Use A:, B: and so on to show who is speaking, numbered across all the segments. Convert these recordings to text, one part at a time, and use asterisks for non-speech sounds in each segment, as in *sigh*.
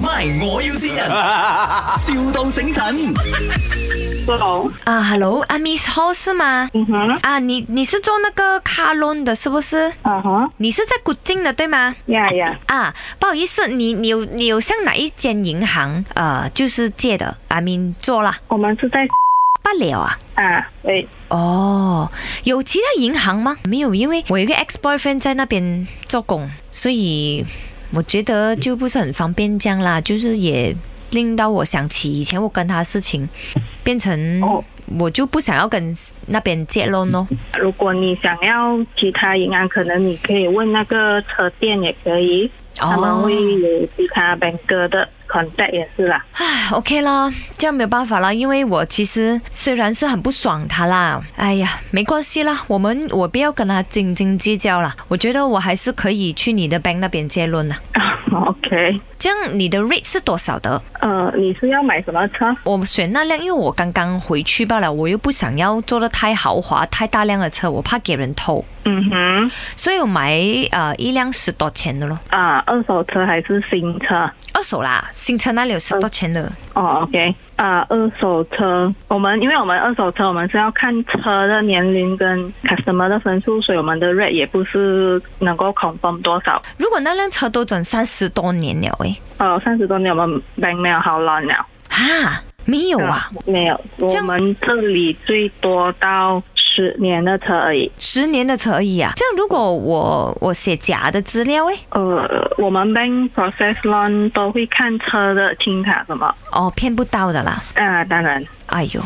A: My，我要先人，, *laughs* 笑到醒神。
B: Hello，
C: 啊，Hello，啊，Miss Hall 是吗？
B: 嗯哼，
C: 啊，你你是做那个 car loan 的，是不是？
B: 嗯哼，
C: 你是在古晋的对吗？
B: 呀呀，
C: 啊，不好意思，你你有你有向哪一间银行呃，就是借的？I mean 做啦，
B: 我们是在
C: 不了啊。
B: 啊，对，
C: 哦，有其他银行吗？没有，因为我有一个 ex boyfriend 在那边做工，所以我觉得就不是很方便这样啦。就是也令到我想起以前我跟他的事情，变成
B: 哦
C: 我就不想要跟那边借 loan 咯。
B: 如果你想要其他银行，可能你可以问那个车店也可以，他
C: 哦
B: 们会有其他 banker 的 contact 也是啦。 *laughs*
C: 唉，OK 啦，这样没有办法啦，因为我其实虽然是很不爽他啦，哎呀，没关系啦，我们我不要跟他斤斤计较啦，我觉得我还是可以去你的 bank 那边借 loan 啦。
B: OK，
C: 这样你的 rate 是多少的？
B: 呃，你是要买什么车？
C: 我选那辆，因为我刚刚回去罢了，我又不想要做的太豪华、太大辆的车，我怕给人偷，
B: 嗯哼，
C: 所以我买呃一辆十多钱的咯，
B: 啊，二手车还是新车？
C: 二手啦，新车那里有十多钱的。
B: 哦，OK，啊，二手车，我们因为我们二手车，我们是要看车的年龄跟 customer 的分数，所以我们的 rate 也不是能够 confirm 多少。
C: 如果那辆车都整三十多年了哎诶，
B: 呃，三十多年我们 bank 没有好 l 了，
C: 啊，没有啊，
B: 没有，
C: 这
B: 我
C: 样
B: 们这里最多到十年的车而已。
C: 十年的车而已啊。这样如果我我写假的资料诶，
B: 呃，我们 bank process loan 都会看车的轻卡什么，
C: 哦，骗不到的啦。
B: 啊，当然，
C: 哎呦，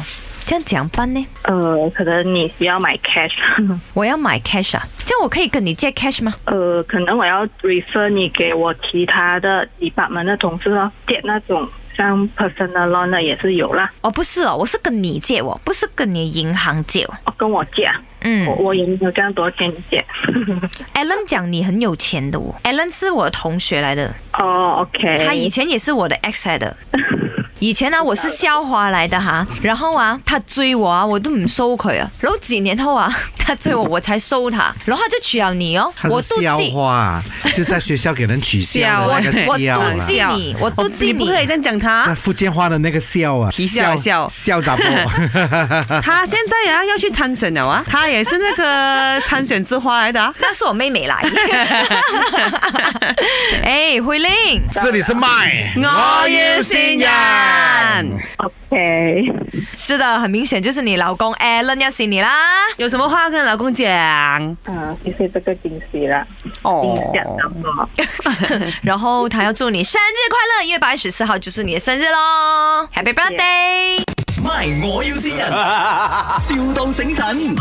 C: 这样怎样办呢？
B: 呃，可能你需要买 cash， *laughs*
C: 我要买 cash 啊，这样我可以跟你借 cash 吗？
B: 呃，可能我要 refer 你给我其他的 department 的同事咯，借那种像 personal loan 的也是有啦，
C: 哦，不是哦，我是跟你借哦，不是跟你银行借哦。
B: 哦、跟我借啊，
C: 嗯
B: 我我也没有这样多钱借。 *laughs*
C: Alan 讲你很有钱的哦，Alan 是我的同学来的，
B: 哦，OK，
C: 他以前也是我的 ex 来的。以前呢、啊我是校花来的哈，然后啊，他追我啊，我都唔收佢啊。然后几年后啊， *laughs* 他追我，我才收他，然后他就娶了你哦。
D: 他
C: 我
D: 是
C: 妒
D: 校
C: 忌，
D: 花啊，就在学校给人取笑
C: 我
D: 的
C: 我
D: 那个笑
C: 妒
D: 啊。
C: 忌你，我
E: 我
C: 妒忌
E: 你不可以这样讲
D: 那
E: *laughs* 他，啊
D: 福建话的那个笑啊，
E: 皮笑笑
D: 笑咋不？
E: 他现在啊要去参选了啊，他也是那个参选之花来的啊。
C: 那是我妹妹
E: *laughs*
C: 来。哎，慧玲，
D: *laughs* 这里是麦，
E: 我要新人，
B: OK。
C: 是的，很明显就是你老公 Alan 要死你啦。
E: 有什么话跟老公讲？
B: 嗯，谢谢这个惊喜啦，惊
E: 哦
B: 喜到我。
C: 然后他要祝你生日快乐，因为八月十四号就是你的生日喽，Happy birthday！
A: My，我要先人，,笑到醒神。